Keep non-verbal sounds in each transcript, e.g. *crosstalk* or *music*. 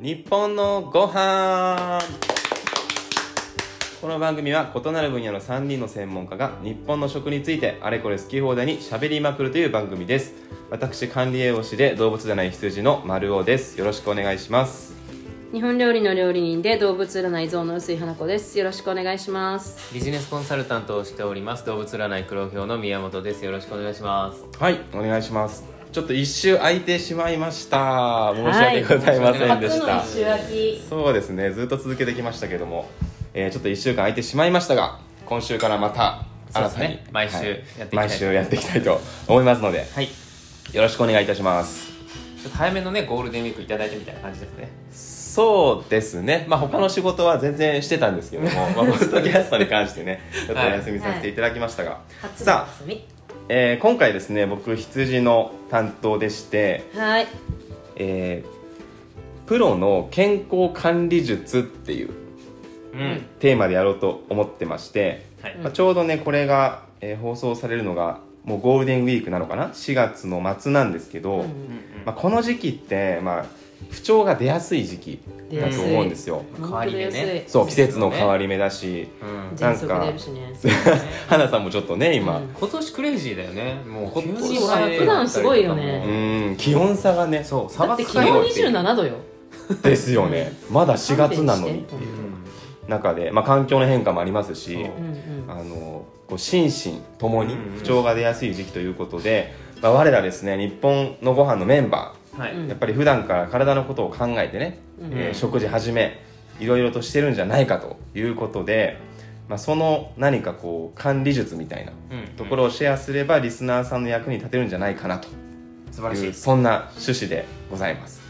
日本のご飯この番組は異なる分野の3人の専門家が日本の食についてあれこれ好き放題にしゃべりまくるという番組です私管理栄養士で動物じゃない羊の丸尾ですよろしくお願いします日本料理の料理人で動物占い像の薄井花子ですよろしくお願いしますビジネスコンサルタントをしております動物占い黒ひょうの宮本ですよろしくお願いしますはいお願いしますちょっと一周空いてしまいました申し訳ございませんでした、週明そうですねずっと続けてきましたけども、えーちょっと1週間空いてしまいましたが今週からまたそうですね新たに毎週はいやっていきたい毎週やっていきたいと思いますのではいちよろしくお願いいたしますょっと早めのねゴールデンウィークいただいてみたいな感じですねそうですねまあ他の仕事は全然してたんですけど *laughs* も、まあ、ポッドキャストに関してねちょっとお休みさせていただきましたが、初さあ、みえー今回ですね僕羊の担当でしてはいえープロの健康管理術っていううん、んテーマでやろうと思ってまして、はい、まあ、ちょうどねこれが、えー放送されるのがもうゴールデンウィークなのかな4月の末なんですけど、うんまあ、この時期って、まあ、不調が出やすい時期だと思うんですよ変わり目ねそう季節の変わり目だし、うん全速出るしね花さんもちょっとね今、ううんん今年クレイジーだよねもう今年急に前だったりとか普段すごいよね気温差がねそう砂だって漠昨海日洋27度よですよねまだ4月なのにって勘い弁しうて中で、まあ、環境の変化もありますしそううんうんあのこう心身ともにうんうん不調が出やすい時期ということで、まあ、我らですね日本のご飯のメンバーはい、うんやっぱり普段から体のことを考えてね、うんえー食事はじめいろいろとしてるんじゃないかということで、まあ、その何かこう管理術みたいなうんところをシェアすればリスナーさんの役に立てるんじゃないかなと素晴らしいいうそんな趣旨でございます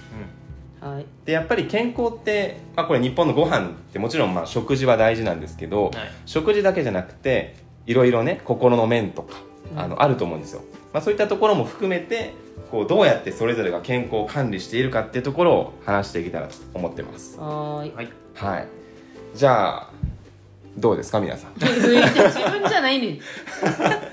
はいでやっぱり健康って、まあ、これ日本のご飯ってもちろんまあ食事は大事なんですけど、はい食事だけじゃなくていろいろね心の面とかうんあのあると思うんですよ、まあ、そういったところも含めてこうどうやってそれぞれが健康を管理しているかっていうところを話していけたらと思ってますはーいうん、はいはいじゃあどうですか皆さん自分じゃないね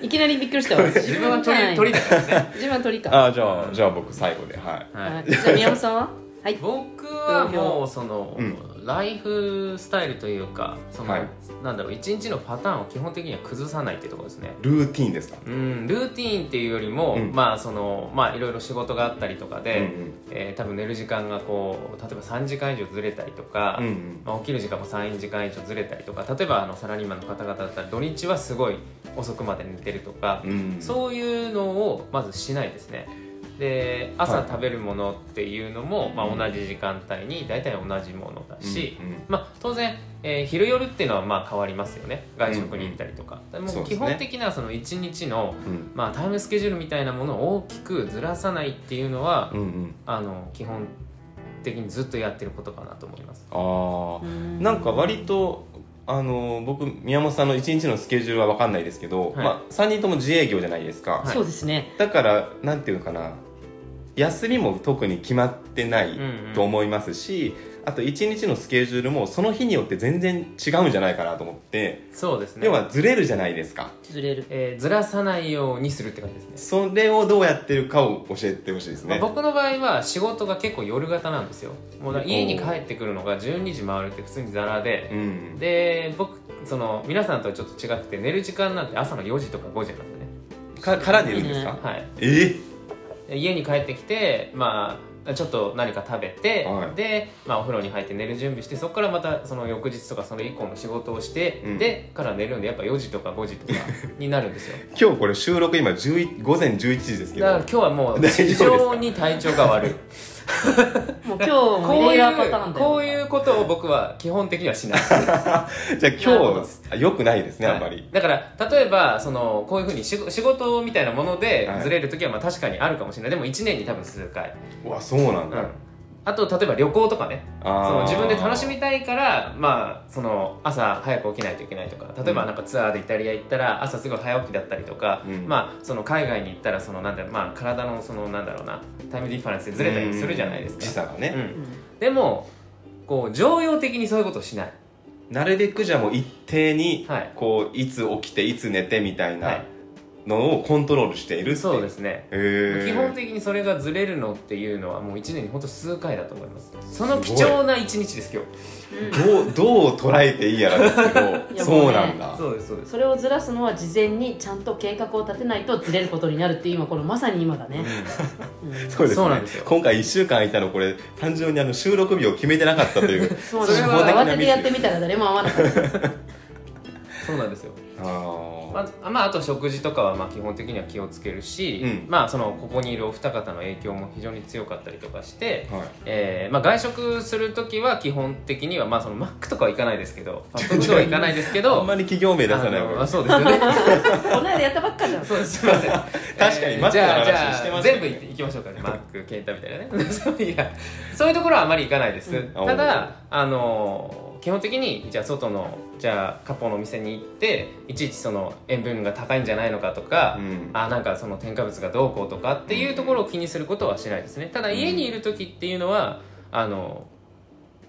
いきなりびっくりしたわ *laughs* 自自分はじゃな鳥い鳥だからね、自分は鳥かあじゃあじゃあ僕最後ではいははいいじゃあ宮本さんははい僕はもうその、うんライフスタイルというかその、はいなんだろう一日のパターンを基本的には崩さないっていうところですねルーティンですかうんルーティーンっていうよりも、うんまあそのまあいろいろ仕事があったりとかで、うんうんえー多分寝る時間がこう例えば3時間以上ずれたりとか、うんうんまあ、起きる時間も3時間以上ずれたりとか例えばあのサラリーマンの方々だったら土日はすごい遅くまで寝てるとか、うんそういうのをまずしないですねでは朝い食べるものっていうのも、うんまあ、同じ時間帯に大体同じものだし、うんうんまあ、当然、えー昼夜っていうのはまあ変わりますよね外食に行ったりとか、そでうもですね基本的なその1日の、うんまあ、タイムスケジュールみたいなものを大きくずらさないっていうのは、うんうんあの基本的にずっとやってることかなと思いますああなんか割とあの僕宮本さんの一日のスケジュールは分かんないですけど、はいまあ、3人とも自営業じゃないですか、はいそうですねだからなんていうのかな休みも特に決まってないうんうんと思いますし、あと一日のスケジュールもその日によって全然違うんじゃないかなと思って、そうですね要はずれるじゃないですかずれるえーずらさないようにするって感じですねそれをどうやってるかを教えてほしいですね、まあ僕の場合は仕事が結構夜型なんですよもうだから家に帰ってくるのが12時回るって普通にザラうで、ん、で僕その皆さんとはちょっと違くて寝る時間なんて朝の4時とか5時なんですねかから出るんですか、はいえーで家に帰ってきてまあちょっと何か食べて、はいで、まあ、お風呂に入って寝る準備してそこからまたその翌日とかそれ以降の仕事をして、うんでから寝るんでやっぱ4時とか5時 *laughs* とかになるんですよ今日これ収録今11午前11時ですけだからど今日はも大丈夫うですか非常に体調が *laughs* 悪いもう今日もこうレいギュラーパターンうだよこういうことを僕は基本的にはしないじゃあ今日なるほどあ良くないですね、あんまはりいだから例えばそのこういうふうに仕仕事みたいなものではいずれる時はまあ確かにあるかもしれないでも1年に多分数回、うわそうなんだ、あと例えば旅行とかねそあーの自分で楽しみたいから、まあ、その朝早く起きないといけないとか例えうばんなんかツアーでイタリア行ったら朝すごい早起きだったりとか、うんまあ、その海外に行ったらそのなんだろう、まあ、体のそのなんだろうなタイムディファレンスでずれたりするじゃないですうかん時差がうね、んでもこう常用的にそういうことをしない、なるべくじゃあもう一定にはいこういつ起きていつ寝てみたいな、はいのをコントロールしているっていそうですすねへえ基本的にそれがずれるのっていうのはもう1年にほんと数回だと思いますそのす貴ごい重な1日です今日どうどう捉えていいやらですけどいやそうなんだそうですそうですそれをずらすのは事前にちゃんと計画を立てないとずれることになるっていう今このまさに今だね、うんそうですねそうなんですよ今回1週間いたのこれ単純にあの収録日を決めてなかったと *laughs* いうそうなんですそれは慌ててやってみたら誰も合わなかったそうなんですよあーまあ、まあ、あと食事とかはまあ基本的には気をつけるし、うんまあ、そのここにいるお二方の影響も非常に強かったりとかして、はいえーまあ、外食する時は基本的には、まあ、そのマックとかは行かないですけ *laughs* どファストフードは行かないですけどあん *laughs* まり企業名出さない方あのがあそうですよね *laughs* この間やったばっかじゃんそうですすいません確かにマックの話じゃあじゃあしてましたね全部行きましょ *laughs* うかねマックケンタみたいなね *laughs* そういやそういうところはあまり行かないです、うんただあの基本的にじゃあ外のじゃあカポのお店に行っていちいちその塩分が高いんじゃないのかとか、うんあなんかその添加物がどうこうとかっていうところを気にすることはしないですねただ家にいる時っていうのはあの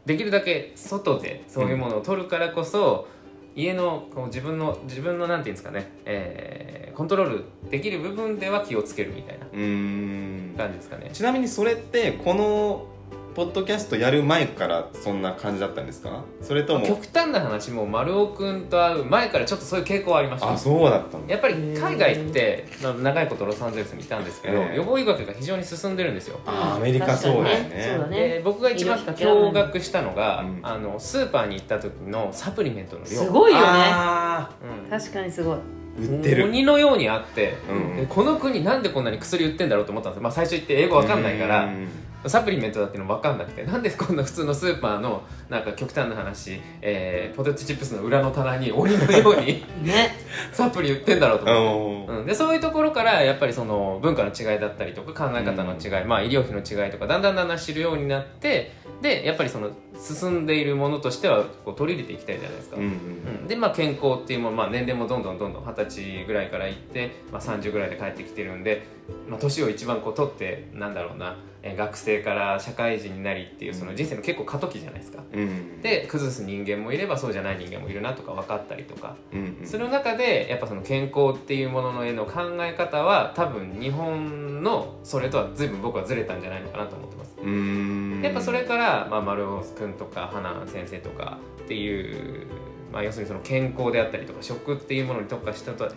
できるだけ外でそういうものを取るからこそ、家のこう自分の自分のなんていうんですかね、えーコントロールできる部分では気をつけるみたいなうーん感じですかねちなみにそれってこのポッドキャストやる前からそんな感じだったんですかそれとも極端な話もう丸尾くんと会う前からちょっとそういう傾向はありましたあそうだったんだやっぱり海外ってな長いことロサンゼルスにいたんですけど、ええ予防医学が非常に進んでるんですよあーアメリカそうだよね確かにそうだでね僕が一番驚愕したのが、うんあのスーパーに行った時のサプリメントの量すごいよねあうん確かにすごいー売ってる鬼のようにあって、うんでこの国なんでこんなに薬売ってんだろうと思ったんですよ、まあ、最初行って英語わかんないかうらんサプリメントだっていうの分かんなくてなんでこんな普通のスーパーのなんか極端な話、えーポテトチップスの裏の棚に鬼のように *laughs* ねサプリ売ってんだろうとあ思って。のーうん、でそういうところからやっぱりその文化の違いだったりとか考え方の違い、まあ、医療費の違いとかだんだんだんだん知るようになってでやっぱりその進んでいるものとしてはこう取り入れていきたいじゃないですか、うんうんうんで、まあ、健康っていうもの、まあ、年齢もどんどんどんどん二十歳ぐらいから行って、まあ、30ぐらいで帰ってきてるんで、まあ、年を一番こう取ってなんだろうなえー学生から社会人になりっていうその人生の結構過渡期じゃないですか。うんで崩す人間もいればそうじゃない人間もいるなとか分かったりとかうんうんその中でやっぱその健康っていうもののへの考え方は多分日本のそれとは随分僕はずれたんじゃないのかなと思ってます。うーんやっぱそれから、まあ、丸尾君とか花先生とかっていう、まあ、要するにその健康であったりとか食っていうものに特化したと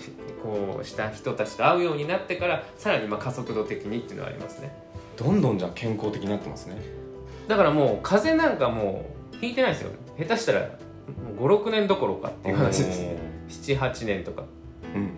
こうした人たちと会うようになってからさらにまあ加速度的にっていうのはありますねどんどんじゃあ健康的になってますねだからもう風邪なんかもうひいてないですよ下手したら56年どころかっていう話ですね78年とかうんうん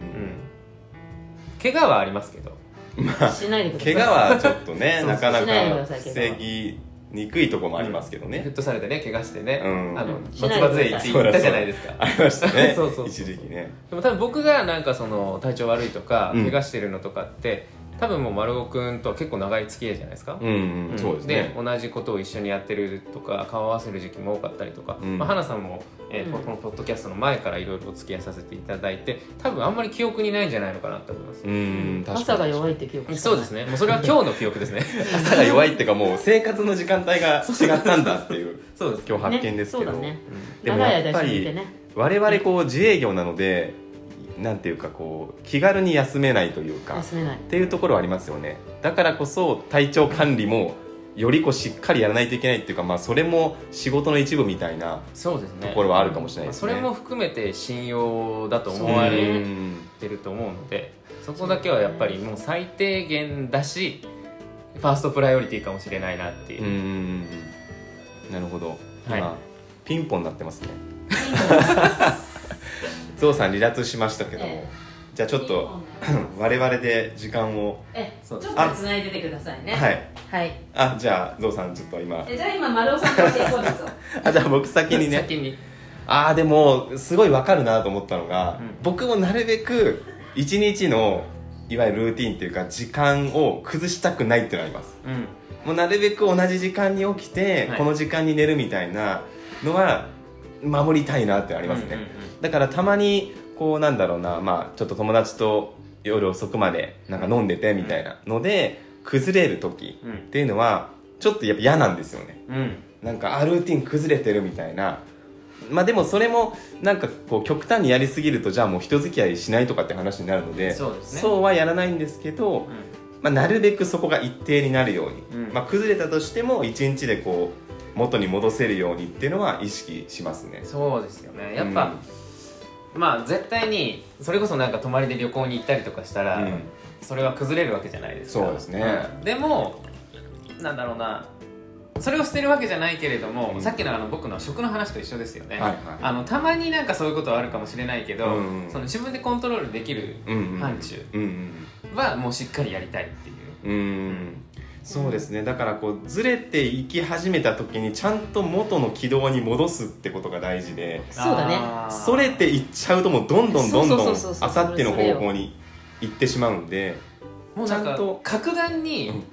怪我はありますけどうんまあしないでください怪我はちょっとねそうなかなしないでくかださい怪我防はぎにくいとこもありますけどフねットされてね怪我してね、うんあのし松ないでください葉杖行って行ったじゃないですかありましたねそうそうそう一時期ねでも多分僕がなんかその体調悪いとかうん怪我してるのとかって、多分もう丸尾君とは結構長い付き合いじゃないですか、うんうんそうですね同じことを一緒にやってるとか顔合わせる時期も多かったりとか、うんまあ、花さんも、えーうんここのポッドキャストの前からいろいろお付き合いさせていただいて多分あんまり記憶にないんじゃないのかなと思います、うん確か朝にが弱いって記憶そうですねもうそれは今日の記憶ですね *laughs* 朝が弱いっていうかもう生活の時間帯が違ったんだっていうそうです今日ね発見ですけど、そうだねでも長いやっ間ぱ一緒にいてりね我々こう自営業なのでなんていうかこう気軽に休めないというかっ休めないていうところはありますよねだからこそ体調管理もよりこうしっかりやらないといけないっていうか、まあ、それも仕事の一部みたいなそうですねところはあるかもしれないですねそれも含めて信用だと思終わわれりるうんってると思うのでそこだけはやっぱりもう最低限だしファーストプライオリティかもしれないなっていうう、んなるほど今、はピンポンになってますねゾウさん離脱しました *laughs* けども、えじゃあちょっと *laughs* 我々で時間をえちょそっうとですつないでてくださいねはいはいあじゃあゾウさんちょっと今えじゃあ今丸尾さんとしていこうですよあじゃあ僕先にね先にああでもすごいわかるなと思ったのが、うん僕もなるべく一日のいわゆるルーティンっていうか時間を崩したくないっていうのがありますうんもうなるべく同じ時間に起きて、はいこの時間に寝るみたいなのは守りたいなってのあありますね、だからたまにこうなんだろうなまあちょっと友達と夜遅くまでなんか飲んでてみたいなので崩れる時うんっていうのはちょっとやっぱ嫌なんですよねうん、うんなんかあルーティン崩れてるみたいなまあでもそれもなんかこう極端にやりすぎるとじゃあもう人付き合いしないとかって話になるのでそうですねそうはやらないんですけど、まあ、なるべくそこが一定になるように、うんまあ、崩れたとしても一日でこう元に戻せるようにっていうのは意識しますね。そうですよねやっぱ、まあ絶対にそれこそなんか泊まりで旅行に行ったりとかしたうら、ん、うんそれは崩れるわけじゃないですかそうですねんでもなんだろうなそれを捨てるわけじゃないけれども、うんさっきのあの僕の食の話と一緒ですよね、はいはいあのたまになんかそういうことはあるかもしれないけど、うんうんその自分でコントロールできるうんうん範疇うんはもうしっかりやりたいっていううんうんそうですねだからこうずれていき始めた時にちゃんと元の軌道に戻すってことが大事でそうだねあーそれていっちゃうともうどんどんどんどんそあうそうそうそうさっての方向に行ってしまうんでもうなんちゃんかと格段にうん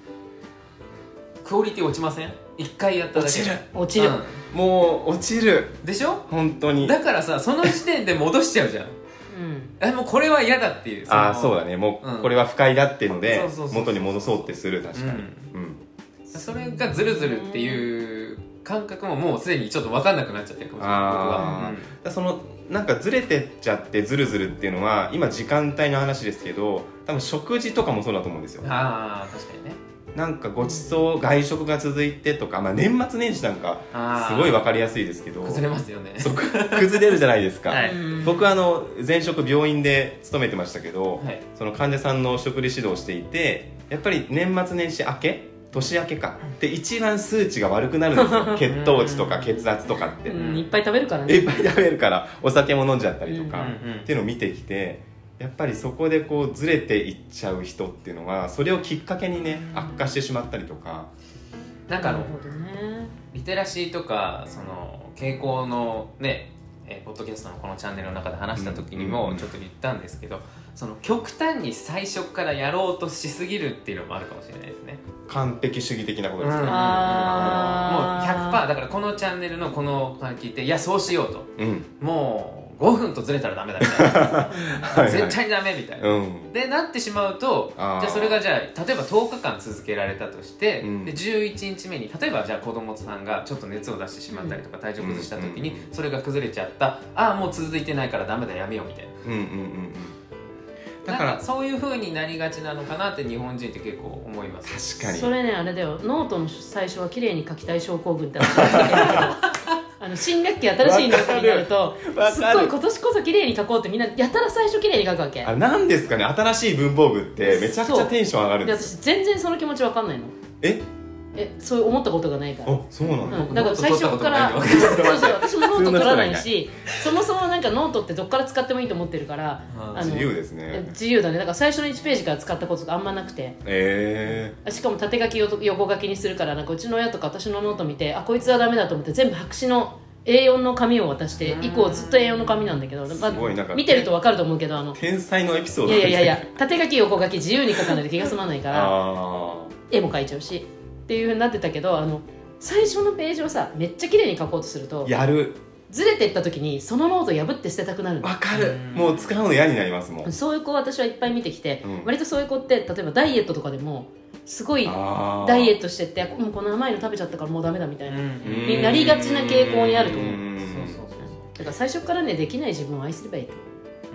クオリティ落ちません一回やっただけ落ちる落ちる、うもう落ちるんでしょ本当にだからさその時点で戻しちゃうじゃんうんえもうこれは嫌だっていうああのそうだねもううんこれは不快だっていうのでそうそうそうそう元に戻そうってする確かにうんそれがズルズルっていう感覚ももうすでにちょっと分かんなくなっちゃってるかもしれあなーいだからそのなんかずれてっちゃってずるずるっていうのは今時間帯の話ですけど多分食事とかもそうだと思うんですよ僕はああー確かにねなんかごちそう外食が続いてとか、まあ、年末年始なんかあーすごい分かりやすいですけど崩れますよねそう崩れるじゃないですか、はいうん僕はあの前職病院で勤めてましたけど、はいその患者さんの食事指導をしていてやっぱり年末年始明け年明けかで一番数値が悪くなるんですよ血糖値とか血圧とかってうんいっぱい食べるからいっねぱい食べるからお酒も飲んじゃったりとうか、んっうていうのを見てきてやっぱりそこでこうずれていっちゃう人っていうのはそれをきっかけにね悪化してしまったりとかんなんかあのほどねリテラシーとかその傾向のねえーポッドキャストのこのチャンネルの中で話した時にうんうんうもんちょっと言ったんですけどその極端に最初からやろうとしすぎるっていうのもあるかもしれないですね完璧主義的なことですうんね。もうあー100%だからこのチャンネルのこの感じ聞いていやそうしようとうんもう5分とずれたらダメだみたいなはいはい絶対にダメみたいな。うんでなってしまうとじあーゃあそれがじゃあ例えば10日間続けられたとして、うんで11日目に例えばじゃあ子供さんがちょっと熱を出してしまったりとか体調崩した時にうそれが崩れちゃったああもう続いてないからダメだやめようみたいなうんうんうんうんだかなんらかそういう風になりがちなのかなって日本人って結構思います確かにそれねあれだよノートの最初は綺麗に書きたい症候群ってあるんだ *laughs* けどあの新学期新しいノートになるとわかるすっごい今年こそ綺麗に書こうってみんなやたら最初綺麗に書くわけあなんですかね新しい文房具ってめちゃくちゃテンション上がるんでですよ私全然その気持ちわかんないのええそう思ったことがないからあそうなんだ、うん、だから最初からノートそうそう私もノート取らないしそもそもなんかノートってどっから使ってもいいと思ってるからああの自由ですえね自由だねだから最初の1ページから使ったことがあんまなくてえしかも縦書きよ横書きにするからなんかうちの親とか私のノート見てあこいつはダメだと思って全部白紙の A4 の紙を渡してうん以降ずっと A4 の紙なんだけど、ますごいなんか見てるとわかると思うけどあのー、天才のエピソーいドやいやいやいみや縦書き横書き自由に書かないと気が済まないかたいら *laughs* あ絵も描いちゃうしっていうふうになってたけどあの最初のページをさめっちゃ綺麗に書こうとするとーやるずれてった時にそのノート破って捨てたくなるのわかるうんもう使うの嫌になりますもんそういう子を私はいっぱい見てきて、うん割とそういう子って例えばダイエットとかでもすごいあーダイエットしてってあもうこの甘いの食べちゃったからもうダメだみたいな、うんになりがちな傾向にあると思うんそうそうそうそうだから最初からねできない自分を愛すればいいと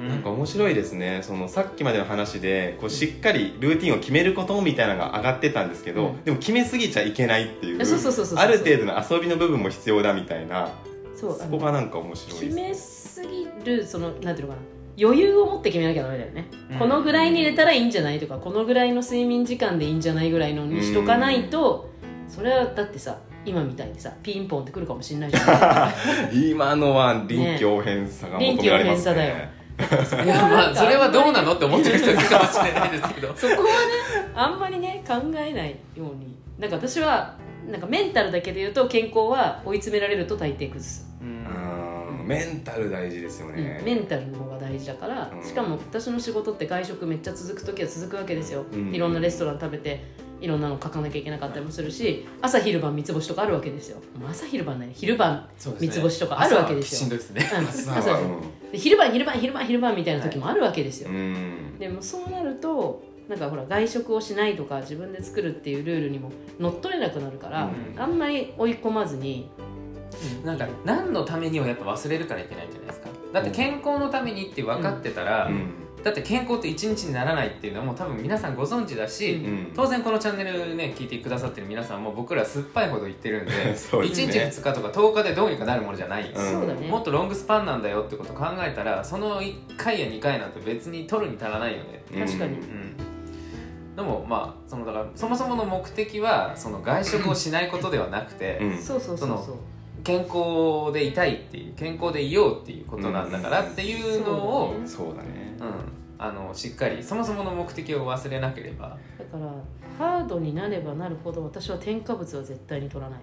なんか面白いですねそのさっきまでの話でこうしっかりルーティンを決めることみたいなのが上がってたんですけど、うんでも決めすぎちゃいけないっていうそうそうそうそうある程度の遊びの部分も必要だみたいなそそうあこのがなんか面白いです決めすぎるそのなんていうのかな余裕を持って決めなきゃダメだよね、うんこのぐらいに寝たらいいんじゃないとかこのぐらいの睡眠時間でいいんじゃないぐらいのにしとかないと、それはだってさ今みたいにさピンポンってくるかもしれないじ *laughs* ゃん今のは臨機応変さが求められますねね臨機応変さだよいやまあそれはどうなのって思ってる人いるかもしれないですけどそこはねあんまりね考えないようになんか私はなんかメンタルだけで言うと健康は追い詰められると大抵崩す、うんメンタル大事ですようんね、メンタルの方が大事だから、うんしかも私の仕事って外食めっちゃ続く時は続くわけですよ、うんいろんなレストラン食べていろんなの書かなきゃいけなかったりもするし朝昼晩三つ星とかあるわけですよもう朝昼晩ない昼晩そうです三つ星とかあるわけですよ朝はしんどいですうねん朝朝はでで昼晩昼晩昼晩昼晩みたいな時もあるわけですよ、うん、うんでもそうなるとなんかほら外食をしないとか自分で作るっていうルールにも乗っ取れなくなるから、うんあんまり追い込まずにうんなんか何のためにをやっぱ忘れるからいけないんじゃないですかだって健康のためにって分かってたら、うんだって健康って一日にならないっていうのはもう多分皆さんご存知だし、うんうん当然このチャンネルね聞いてくださってる皆さんも僕ら酸っぱいほど言ってるんでそうですね1日2日とか10日でどうにかなるものじゃない、うんそうだねもっとロングスパンなんだよってこと考えたらその1回や2回なんて別に取るに足らないよねうん確かにうんでもまあそのだからそもそもの目的はその外食をしないことではなくて、うんそうそうそうそそう健康でいたいっていう健康でいようっていうことなんだからっていうのを、そうだねそうだねうん、あのしっかりそもそもの目的を忘れなければだからハードになればなるほど私は添加物は絶対に取らない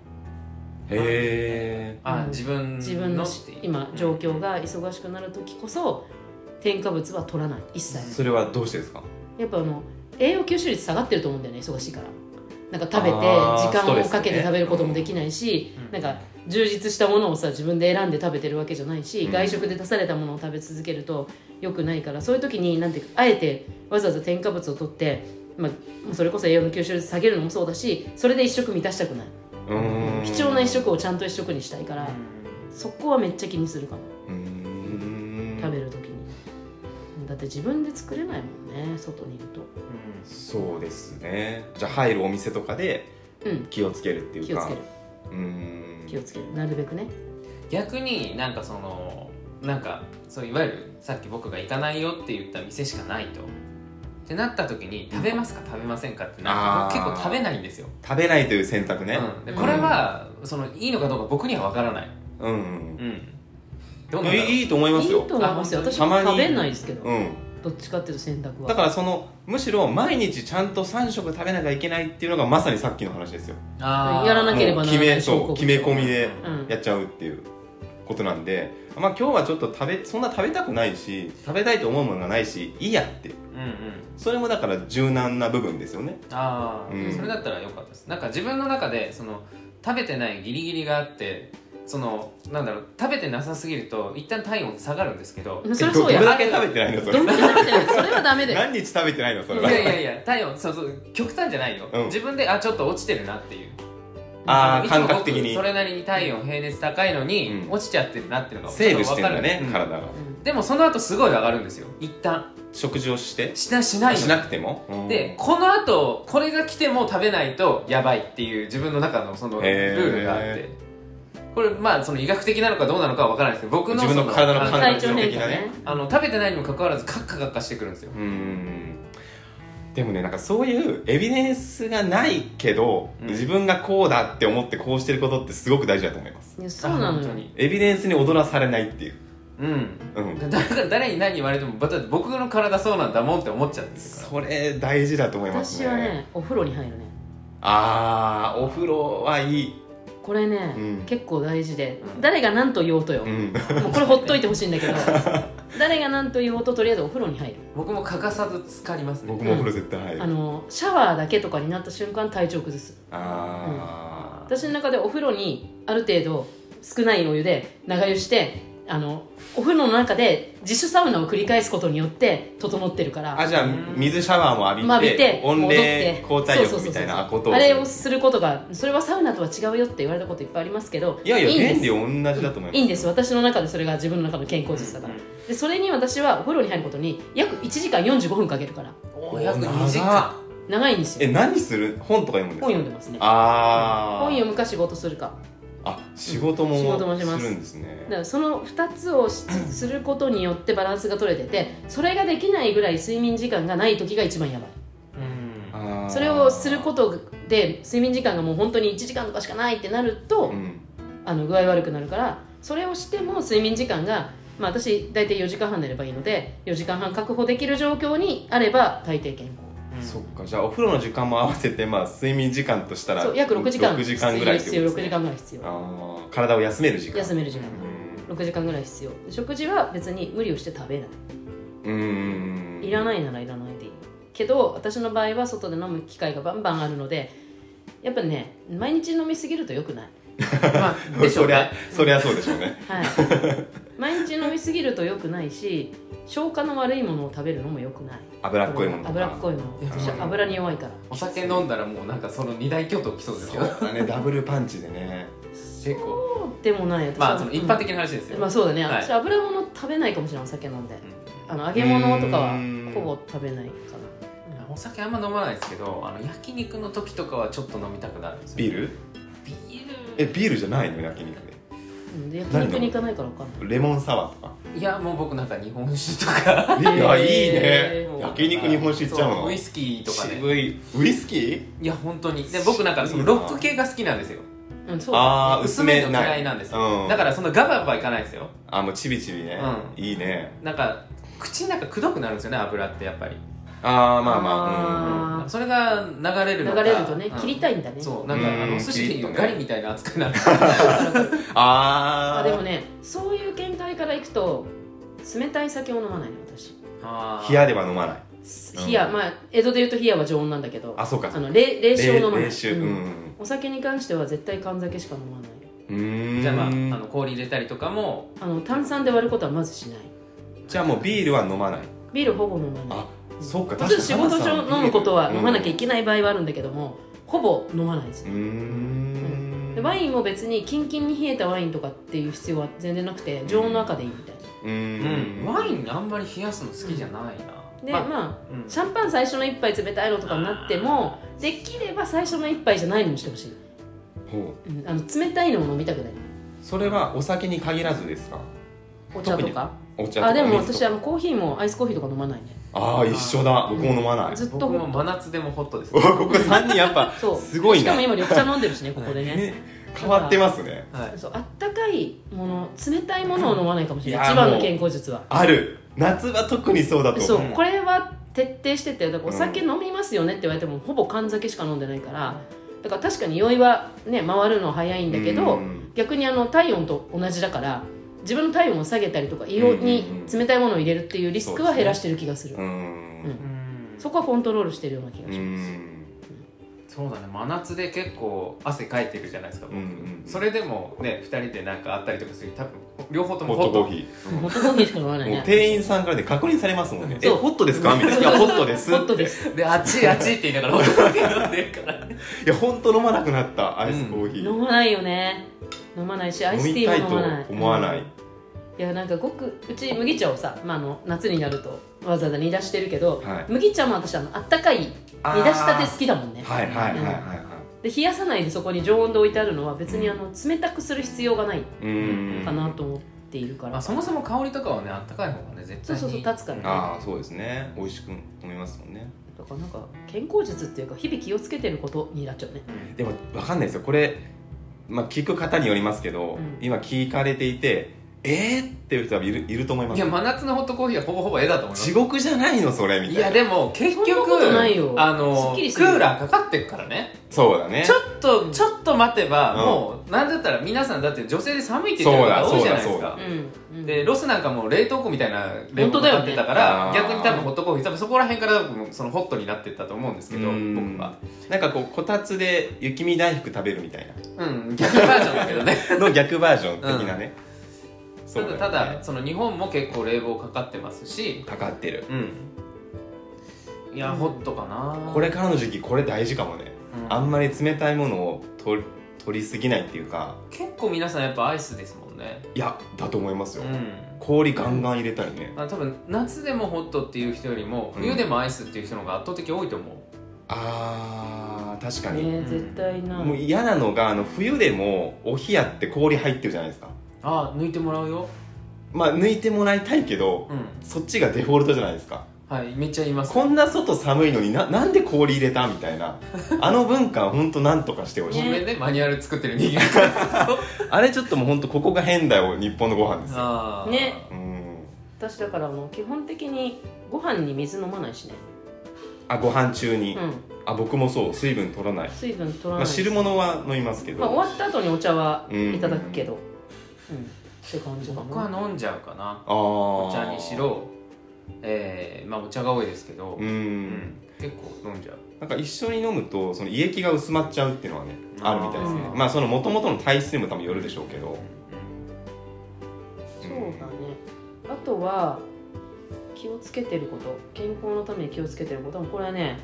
へえあうん自分の自分のっていう今状況が忙しくなる時こそ添加物は取らない一切それはどうしてですかやっぱあの栄養吸収率下がってると思うんだよね忙しいからなんか食べてあー時スト間レをスねかけて食べることもできないし、うんなんか充実したものをさ自分で選んで食べてるわけじゃないし、うん外食で出されたものを食べ続けると良くないからそういう時になんていうかあえてわざわざ添加物を取って、まあ、それこそ栄養の吸収率下げるのもそうだしそれで一食満たしたくないうん貴重な一食をちゃんと一食にしたいから、そこはめっちゃ気にするかもうん食べる時に、だって自分で作れないもんね外にいるとそうですねじゃあ入るお店とかでうん気をつけるっていう気をかつけるうん気をつけるなるべくね逆になんかそのなんかそういわゆるさっき僕が行かないよって言った店しかないとってなった時に食べますか食べませんかってなっあてー僕結構食べないんですよ、食べないという選択ねうん、でこれはそのいいのかどうか僕には分からない、うんうんうん、どううんなんだろういいいと思いいますよいと思いますよあ本当私たまもに食べないですけど、うんどっちかっていうと選択はだからそのむしろ毎日ちゃんと3食食べなきゃいけないっていうのがまさにさっきの話ですよあーやらなければもうな決らなめいそ証拠う決め込みでうんやっちゃうっていうことなんで、まあ、今日はちょっと食べそんな食べたくないし食べたいと思うものがないしいいやってうんうんそれもだから柔軟な部分ですよねああ、うんそれだったら良かったですなんか自分の中でその食べてないギリギリがあってそのなんだろう食べてなさすぎると一旦体温下がるんですけどうんそれはそうやどれだけ食べてないのそどんれだけ食べてないそれはダメだよ何日食べてないのそれいはやいやいや体温そうそう極端じゃないよ、うん自分であちょっと落ちてるなっていうあのあいつも感僕覚的にそれなりに体温平熱高いのに、うん落ちちゃってるなっていうのがセーブしてんだねちょっとわかる体がうんでもその後すごい上がるんですよ一旦食事をしてしなしないのしなくてもでこのあとこれが来ても食べないとやばいっていう自分の中のそのルへーールがあってこれまあその医学的なのかどうなのかは分からないですけど僕の自分のそ体の感あ体覚調変化的なねねあの食べてないにもかかわらずカッカカッカしてくるんですよう、ーんでもねなんかそういうエビデンスがないけど、うん自分がこうだって思ってこうしてることってすごく大事だと思いますいやそうなの本当よにエビデンスに踊らされないっていううんうんだから誰に何言われてもだって僕の体そうなんだもんって思っちゃってるかそられ大事だと思います私ねはねお風呂に入るねあーお風呂はいいこれね、うん結構大事で、うん誰が何と言おうとよ、うも *laughs* んうこれほっといてほしい *laughs* んだけど誰が何と言おうととりあえずお風呂に入る僕も欠かさず浸かりますね僕もお風呂絶対入る、あのシャワーだけとかになった瞬間体調崩すあ私の中でお風呂にある程度少ないお湯で長湯してあのお風呂の中で自主サウナを繰り返すことによって整ってるかーあらじゃあ水シャワーも浴びて,、まあ浴びて温戻って冷交代そ浴うそうそうそうみたいなことをあれをすることがそれはサウナとは違うよって言われたこといっぱいありますけどいやいやいんです原理同じだと思いますいいんです私の中でそれが自分の中の健康術だから、でそれに私はお風呂に入ることに約1時間45分かけるからおー約おー2時間長いんですえよ何する本とか読むんですか本読んでますねああ本読むか仕事するかあ仕事も仕事もしまするんですだねからその2つをしすることによってバランスが取れててそれができないぐらい睡眠時間がない時が一番やばいうんあーそれをすることで睡眠時間がもう本当に1時間とかしかないってなると、うんあの具合悪くなるからそれをしても睡眠時間が、まあ、私大体4時間半寝ればいいので4時間半確保できる状況にあれば大抵健康そっかじゃあお風呂の時間も合わせてまあ睡眠時間としたらそう約6時間6時間ぐらいってこ必と要で必要す6時ね間ぐらい必要あー体を休める時間休める時間う6時間ぐらい必要食事は別に無理をして食べないんうんいらいないならいらないでいいけど私の場合は外で飲む機会がバンバンあるのでやっぱね毎日飲みすぎると良くない、 *laughs* まあでしょそうりゃねそりゃそうでしょうね *laughs* はい、毎日飲みすぎると良くないし消化の悪いものを食べるのも良くない脂っこいものとか脂っこいもの私は油に弱いからお酒飲んだらもうなんかその二大巨頭来そうですそようだねダブルパンチでね結構でもない私はまあその一般的な話ですよ、まあそうだね、はい私油物食べないかもしれないお酒飲んでうんあの揚げ物とかうはんほぼ食べないかお酒あんま飲まないですけどあの焼肉の時とかはちょっと飲みたくなるんですよビールビえールビールじゃないの焼肉でなうんで焼肉に行かないから分かんないレモンサワーとかいやもう僕なんか日本酒とかいやいい *laughs* えねー焼肉日本酒いっちゃうそのウイスキーとかね渋いウイスキーいや本当にで僕なんかそのロック系が好きなんですようんそうあー薄めの薄めない嫌いなんですよ、うんだからそのガバガバいかないですよあもうちびちびねういいねなんか口の中くどくなるんですよね油ってやっぱり、ああまああまあーうんそれが流れるの流かれるとね切りたいいんだねそうなんかあうのんお寿司でい切りうとねガリみたいな扱いになる *laughs* うんあああでもねそういう見解からいくと冷たい酒を飲まないの私あー冷やでは飲まないうん冷や、まあ江戸でいうと冷やは常温なんだけどあそうかあの冷冷酒を飲まない冷酒ううんんお酒に関しては絶対缶酒しか飲まないうーんじゃあまああの氷入れたりとかもあの炭酸で割ることはまずしないじゃあもうビールは飲まないビールほぼ飲まないあそっかもちろん仕事確かに上飲むことは飲まなきゃいけけない場合はあるんだけども、ほぼ飲まないですうーんでワインも別にキンキンに冷えたワインとかっていう必要は全然なくて常温の赤でいいみたいなううんワインあんまり冷やすの好きじゃないで、な、まあ、うんシャンパン最初の一杯冷たいのとかになってもできれば最初の一杯じゃないのにしてほしい、ほううんあの冷たいのを飲みたくないそれはお酒に限らずですかお茶とかお茶とかあでも水と私かあのコーヒーもアイスコーヒーとか飲まないねああ一緒だ僕も飲まないずっと僕もほ真夏でもホットです、うはわここ3人やっぱそうすごいしかなも今緑茶飲んでるしねここ *laughs* でねね変わってますねい、そうあったかいもの冷たいものを飲まないかもしれないいや一番ものう健康術はある夏は特にそうだとそう思うこれは徹底しててだからおうん酒飲みますよねって言われても、ほぼ缶酒しか飲んでないからだから確かに酔いはね回るの早いんだけど、うん逆にあの体温と同じだから自分の体温を下げたりとか胃うをんうんに冷たいものを入れるっていうリスクはそうですね減らしてる気がするそうんうんうんこはコントロールしてるような気がうします、んそうだね真夏で結構汗かいてるじゃないですか僕、うんうんそれでもね2人でなんかあったりとかする多分両方とホもットコーーヒホットコーヒーしか飲まなーいもうね店員さんからで確認されますもんね「えそうホットですか?」みたいな「いやホットです」ホットですであっちいあっちいって言いながらホットコーヒー飲んでるから *laughs* ねいや本当飲まなくなったアイスコーヒー、飲まないよね飲まないしアイス飲テみィたいーとも飲まない思わない、うんいやなんかごくうち麦茶をさ、まあ、あの夏になるとわざわざ煮出してるけど、はい麦茶も私あのあったかいあー煮出したて好きだもんねはいはいはいはいはで冷やさないでそこに常温で置いてあるのは別にあの冷たくする必要がないいうんかなと思っているから、まあそもそも香りとかはねあったかい方がね絶対にそうそうそう立つからねああそうですね美味しく飲みますもんねだからなんか健康術っていうか日々気をつけてることになっちゃうねうんでもわかんないですよこれ、まあ、聞く方によりますけど、うん今聞かれていてえー、っていう人はいるいると思いまいすや真夏のホットコーヒーはほぼほぼ絵だと思います地獄じゃないのそれみたいいないやでも結局そんなことないよあすっのクきりするーラーかかってっからねそうだねちょっとちょっと待てば、うんもうなんだったら皆さんだって女性で寒いって言ってる方が多いじゃないでそうすだかそうん、うん、でロスなんかもう冷凍庫みたいな冷本凍当庫だよねやってたから、あー逆に多分ホットコーヒー多分そこら辺から多分そのホットになってったと思うんですけどうん僕はなんかこうこたつで雪見大福食べるみたいうん逆バージョンだけどねなの逆バージョン的な *laughs* ね、 *laughs* そうよねただただその日本も結構冷房かかってますしかかってるうんいや、うんホットかなこれ、からの時期これ大事かもねうんあんまり冷たいものを取り取りすぎないっていうか結構皆さんやっぱアイスですもんねいやだと思いますうよ、ん氷ガンガン入れたりね、あ多分夏でもホットっていう人よりも冬でもアイスっていう人の方が圧倒的多いと思う、あー確かに、ね絶対なもう嫌なのがあの冬でもお冷やって氷入ってるじゃないですかあ抜いてもらうよまあ抜いてもらいたいけど、うんそっちがデフォルトじゃないですかはいめっちゃ言いますこんな外寒いのにななんで氷入れたみたいなあの文化ほんとなんとかしてほしい、ごねめんねマニュアル作ってる人間あれちょっともうほんとここが変だよ日本のご飯ですよあーねうん私だからもう基本的にご飯に水飲まないしねあご飯中に、うんあ僕もそう水分取らない、水分取らまなあ、い汁物は飲みますけど、まあ終わった後にお茶はうんいただくけどうん、って感じかな僕は飲んじゃうかなあおお茶にしろえー、まあお茶が多いですけど、うん、うん結構飲んじゃうなんか一緒に飲むとその胃液が薄まっちゃうっていうのはねあるみたいですねあーまあそのもともとの体質にも多分よるでしょうけどそうだねあとは気をつけてること健康のために気をつけてることはこれはね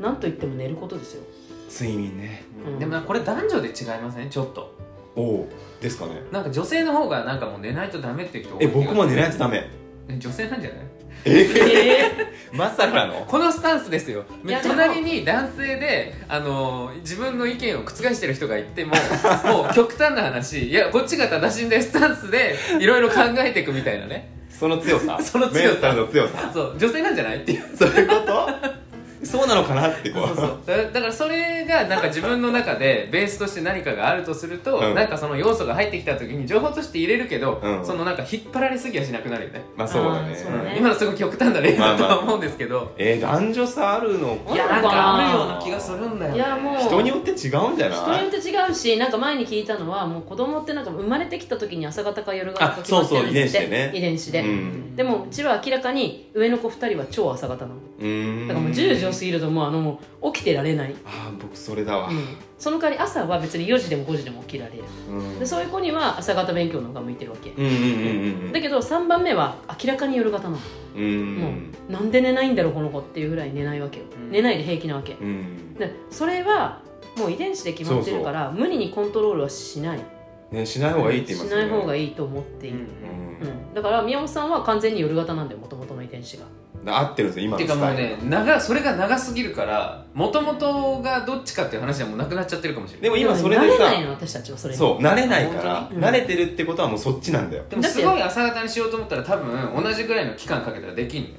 なんといっても寝ることですよ睡眠ねうんでもなこれ男女で違いますねちょっとおおですかねなんか女性の方がなんかもう寝ないとダメっていう人多いえ僕も寝ないいとダメえ女性なんじゃないえまさかのこのスタンスですよいやでも隣に男性で、あのー自分の意見を覆してる人がい *laughs* てももう極端な話いやこっちが正しいんだよスタンスでいろいろ考えていくみたいなねその強さ *laughs* その強さメンタルの強さそう女性なんじゃないっていう *laughs* そういうことそうなのかなってこうそうそうだだからそれがなんか自分の中でベースとして何かがあるとすると、うんなんかその要素が入ってきた時に情報として入れるけど、うんそのなんか引っ張られすぎはしなくなるよね、まあそうだねあーそうだんね今のすごい極端な例だとまあまはあ思うんですけど、えー、男女差あるのかいいややななんんかかああるるよよううなな気気ががすするんだよよ、ねいやもう人によって違うんじゃ人なによっいて違うしなんか前に聞いたのはもう子供ってなんか生まれてきた時に朝方か夜方かあ決まってるんだってそうそう遺伝子でね遺伝子で、うんでもうちは明らかに上の子2人は超朝方なのうーんだからもう10時を過ぎるともうあのもう起きてられない、うん、ああ僕それだわ、その代わり朝は別に4時でも5時でも起きられるうんでそういう子には朝方勉強の方が向いてるわけ、うんうんうんうんだけど3番目は明らかに夜型なの、うんうんもうなんで寝ないんだろうこの子っていうぐらい寝ないわけよ、うん寝ないで平気なわけうんでそれはもう遺伝子で決まってるから無理にコントロールはしないねしない方がいいって言いますしよねない方がいい、いいと思っている、ううんんだから宮本さんは完全に夜型なんだよもともとの遺伝子がだ合ってるんですよ今てのかスもうタイルね長それが長すぎるからもともとがどっちかっていう話はもうなくなっちゃってるかもしれないでも今それもで慣れさないの私たちはそれにそう慣れないから、本当に慣れてるってことはもうそっちなんだよでもすごい朝方にしようと思ったら多分同じぐらいの期間かけたらできんのよ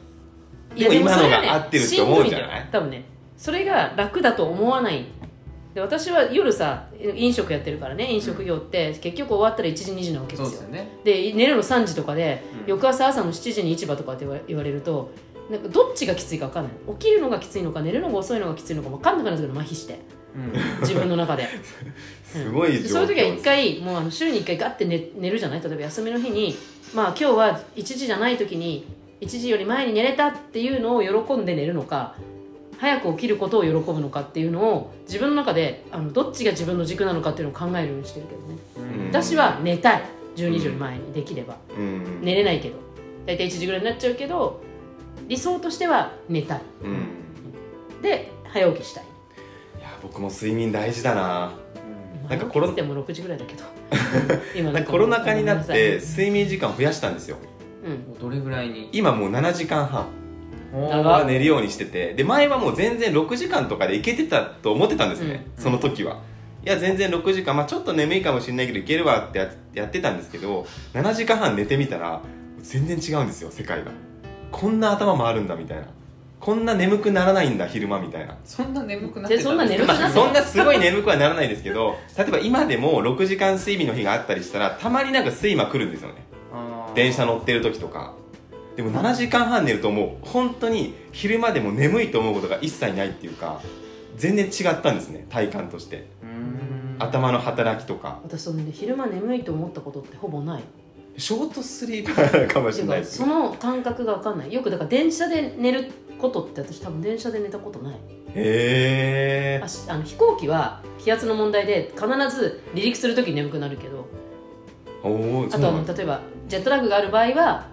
いやでも今のそれはねが合ってるって思うんじゃないしどんだよ多分ねそれが楽だと思わないで私は夜さ飲食やってるからね飲食業って結局終わったら1時2時なわけでそうすでよすよねで寝るの3時とかで、うん翌朝朝の7時に市場とかって言わ言われるとなんかどっちがきついか分かんない起きるのがきついのか寝るのが遅いのがきついのか分かんなくなるけど麻痺してうん自分の中で *laughs* すごいで状そう況いう時は一回もうあの週に一回ガッて寝寝るじゃない例えば休みの日にまあ今日は1時じゃない時に1時より前に寝れたっていうのを喜んで寝るのか早く起きることを喜ぶのかっていうのを自分の中であのどっちが自分の軸なのかっていうのを考えるようにしてるけどねうん私は寝たい12時より前にできれば、うん寝れないけど大体1時ぐらいになっちゃうけど理想としては寝たいうんで早起きしたいいや僕も睡眠大事だなうんなんかコロ前起きっても6時ぐらい *laughs* だけど今なんかコロナ禍になって睡眠時間増やしたんですようんもうどれぐらいに今もう7時間半長は寝るようにしててで前はもう全然6時間とかでいけてたと思ってたんですね、うんその時はいや全然6時間、まあ、ちょっと眠いかもしれないけどいけるわってややってたんですけど7時間半寝てみたら全然違うんですよ世界がこんな頭回るんだみたいなこんな眠くならないんだ昼間みたいなそんな眠くなってでそんな眠くなってまあ、そんなすごい眠くはならないですけど例えば今でも6時間睡眠の日があったりしたらたまになんか睡魔来るんですよね電車乗ってる時とかでも7時間半寝るともう本当に昼間でも眠いと思うことが一切ないっていうか全然違ったんですね体感として頭の働きとか私その、ね、昼間眠いと思ったことってほぼないショートスリーパ *laughs* ーかもしてれいうないかですその感覚が分かんないよくだから電車で寝ることって私多分電車で寝たことないへえあしあの飛行機は気圧の問題で必ず離陸するときに眠くなるけどおおあそうとあなのんだ例えばジェットラグがある場合は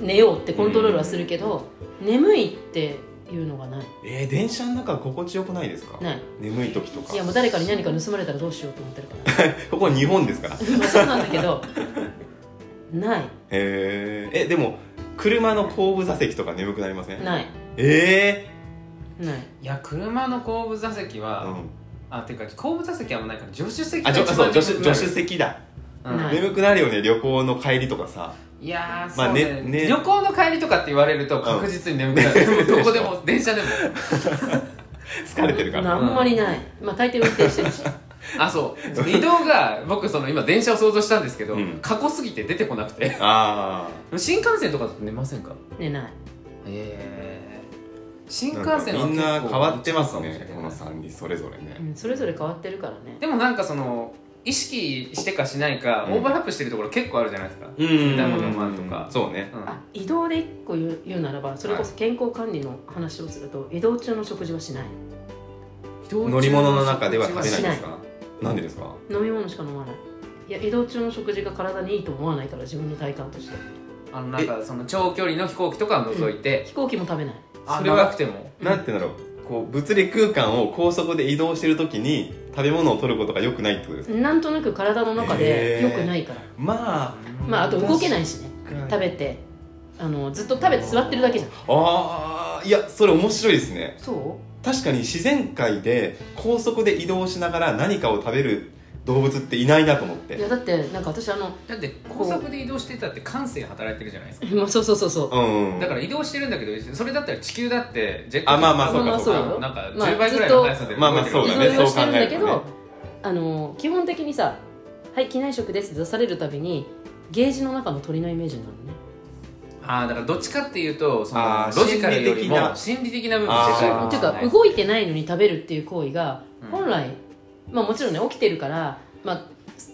うん寝ようってコントロールはするけど、眠いっていうのがないえー、電車の中心地よくないですかない眠い時とかいやもう誰かに何か盗まれたらどうしようと思ってるから *laughs* ここ日本ですからへまあそうなんだけどないええでも車の後部座席とか眠くなりませんないえないいや車の後部座席えは、うん、あていうか後部座席はもうないから助手席あと女か子そういの女子な女る子席だうんはい眠くなるよね旅行の帰りとかさいやー、まあそうねねね旅行の帰りとかって言われると確実に眠くな *laughs* る、どこでも電車でも疲れてるかあらなんまりない、まあ大抵運転してるしあそう移動が僕その今電車を想像したんですけど、うん過去すぎて出てこなくてあ新幹線とかだと寝ませんか寝ないええあ新み幹線はんな変わってます結構ねかこものしれない3人それぞれねうん、それぞれ変わってるからねでもなんかその意識してかしないか、うんオーバーラップしてるところ結構あるじゃないですか、うみたいなこともあるとかそうねうんあ移動で一個言う言うならばそれこそ健康管理の話をすると移動中の食事はしない移動中乗り物の中では食べないしんないですかなんでですか飲み物しか飲まないいや移動中の食事が体にいいと思わないから自分の体感としてあのなんかその長距離の飛行機とかを除いて、飛行機も食べないあそれは長くてもうんなんていうんだろうこう物理空間を高速で移動してる時に食べ物を取ることが良くないってことですかなんとなく体の中で良くないから、まあまああと動けないいしね確かに食べてあのずっと食べて座ってるだけじゃんあーいやそれ面白いですねそ確かに自然界で高速で移動しながら何かを食べる動物っていないなと思っうていやだってなんか私あの *laughs* だって高速で移動してたって感性働いてるじゃないですかまあそうそうそうそううんだから移動してるんだけどそれだったら地球だってジェットあまあまあそうかそうかなんかまあ10倍ぐらいの速さでまあまあ動いそてるうだね依存はしてるんだけど、そう考えるとあの基本的にさ「はい機内食です」って出されるたびにゲージの中の鳥のイメージになるのねああだからどっちかっていうとそあのーロジカルよ心理り的なも心理的な部分あー世界ーのっていうか動いてないのに食べるっていう行為がうん本来、まあもちろんね起きてるから、まあ、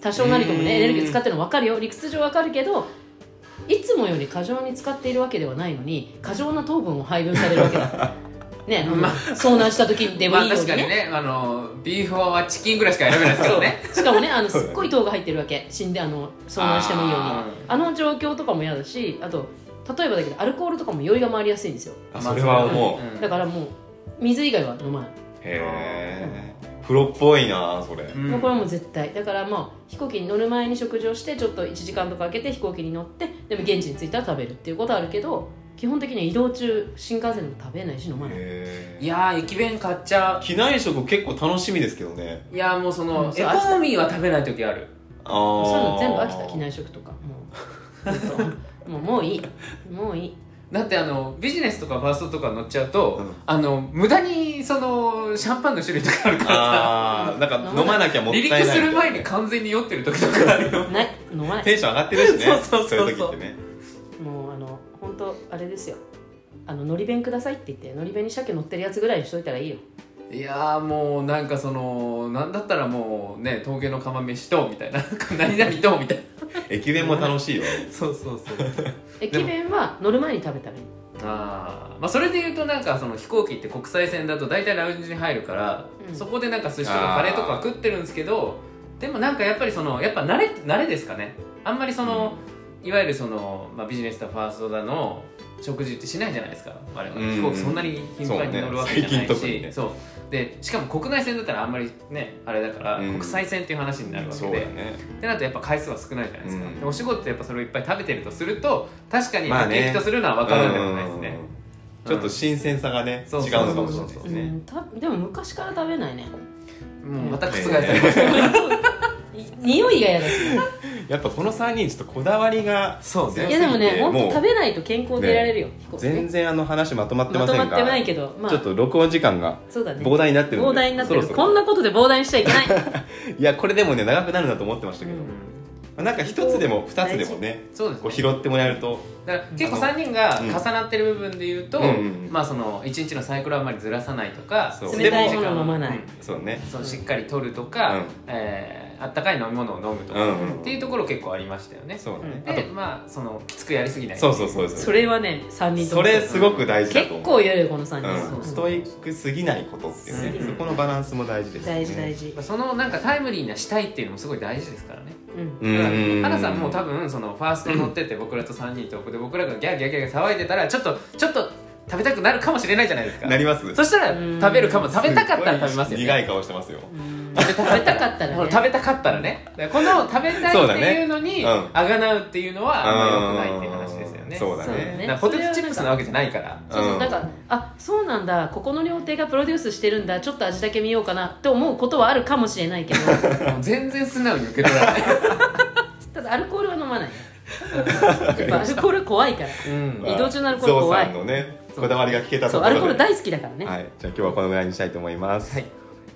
多少なりともうねんエネルギー使ってるの分かるよ理屈上分かるけどいつもより過剰に使っているわけではないのに過剰な糖分を配分されるわけ *laughs* だね、あの遭難した時でもまいあいよう確にかにねねあのビーフンはチキンぐらいしか選べないですけどねしかもねあのすっごい糖が入ってるわけ死んであの遭難してもいいようにああの状況とかも嫌だしあと例えばだけどアルコールとかも酔いが回りやすいんですよあそれは思う、だからもう水以外は飲まない、へえプロっぽいなそれうんもうこれはもう絶対だからまあ飛行機に乗る前に食事をしてちょっと1時間とか空けて飛行機に乗ってでも現地に着いたら食べるっていうことはあるけど基本的には移動中新幹線でも食べないし飲まないへいえやー駅弁買っちゃ機内食結構楽しみですけどねういやーもうその、うんエコノミーは食べない時あるあそういうあの全部飽きた機内食とかもうずっともうもういいもういいだってあのビジネスとかファーストとか乗っちゃうと、うんあの無駄にそのシャンパンの種類とかあるからさああなんか飲まなきゃもっ離たいない陸する前に完全に酔ってる時とかあるよない飲まないテンション上がってるしねそうそうそうそういう時ってねもうあの本当あれですよあののり弁くださいって言ってのり弁に鮭乗ってるやつぐらいにしといたらいいよいやーもうなんかそのなんだったらもうね峠の釜飯とみたいな何々とみたいな駅弁も楽しいよそうそうそう駅弁は乗る前に食べたらいいあーまあそれで言うとなんかその飛行機って国際線だと大体ラウンジに入るから、うんそこでなんか寿司とかカレーとか食ってるんですけどでもなんかやっぱりそのやっぱ慣れ慣れですかねあんまりその、いわゆるその、まあ、ビジネスだファーストだの食事ってしないじゃないですか我々、うん飛行機そんなに頻繁に乗るわけじゃないしそね最そう近特う,、にねでしかも国内線だったらあんまりねあれだから、うん国際線っていう話になるわけそうでだねってなるとやっぱ回数は少ないじゃないですか、うんでお仕事ってやっぱそれをいっぱい食べてるとすると確かにまあ激ね激とするのは分かるんではないですね、うんちょっと新鮮さがね違そううのそうかもしれないですそねうんたでも昔から食べないね *laughs* もうまた覆ねされますい匂いが嫌だしやっぱこの3人ちょっとこだわりがそうえいねやでもねもう本当食べないと健康でいられるよ、飛行機ね全然あの話まとまってまませとんがまってないけどまあちょっと録音時間がそうだね膨大になってるんで膨大になってるそろそろこんなことで膨大にしちゃいけないいやこれでもね長くなるなと思ってましたけど、うんまあなんか一つでも二つでもねそうですこうね拾ってもらえるとだから結構3人がうん重なってる部分で言うと、うんうんうんまあその1日のサイクルをあまりずらさないとかそうで冷たいもの飲まないうんそうねそうしっかりとるとか、うんえーあったかい飲み物を飲むとうか、んうんっていうところ結構ありましたよねそうだね、うんあでまあそのきつくやりすぎないとそうそうそうそうそれはね3人とそもれすごく大事だ結と思構う言えるよこの3人、うん、うんストイックすぎないことっていうね、うんそこのバランスも大事ですよね大事大事そのなんかタイムリーなしたいっていうのもすごい大事ですからねうんうんうんうん花さんも多分そのファースト乗ってて僕らと3人とこで僕らがギャーギャーギャーギャー騒いでたらちょっとちょっと食べたくなるかもしれないじゃないですかなりますそしたらうん食べるかも食べたかったら食べますよね苦い顔してますようん食べ食べたかったらほねら食べたかったらねだからこの食べたいっていうのにそうだねうんあがなうっていうのはあんまり良くないっていう話ですよねそうだそうだねねだからポテトチップスなわけじゃないからそうそううんなんかあそうなんだここの料亭がプロデュースしてるんだちょっと味だけ見ようかなって思うことはあるかもしれないけど *laughs* もう全然素直に受け取らない、ただアルコールは飲まないやっぱアルコール怖いからうん移動中のアルコール怖いゾウさんのねこだわりが聞けたとそこうろアでルコール大好きだからね、はい、じゃあ今日はこのぐらいにしたいと思います、はい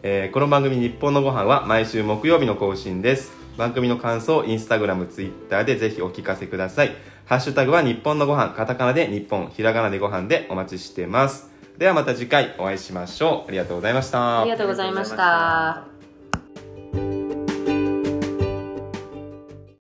えーこの番組「日本のご飯は毎週木曜日の更新です番組の感想インスタグラムツイッターでぜひお聞かせくださいハッシュタグは日本のご飯カタカナで日本ひらがなでご飯でお待ちしてますではまた次回お会いしましょうありがとうございましたありがとうございました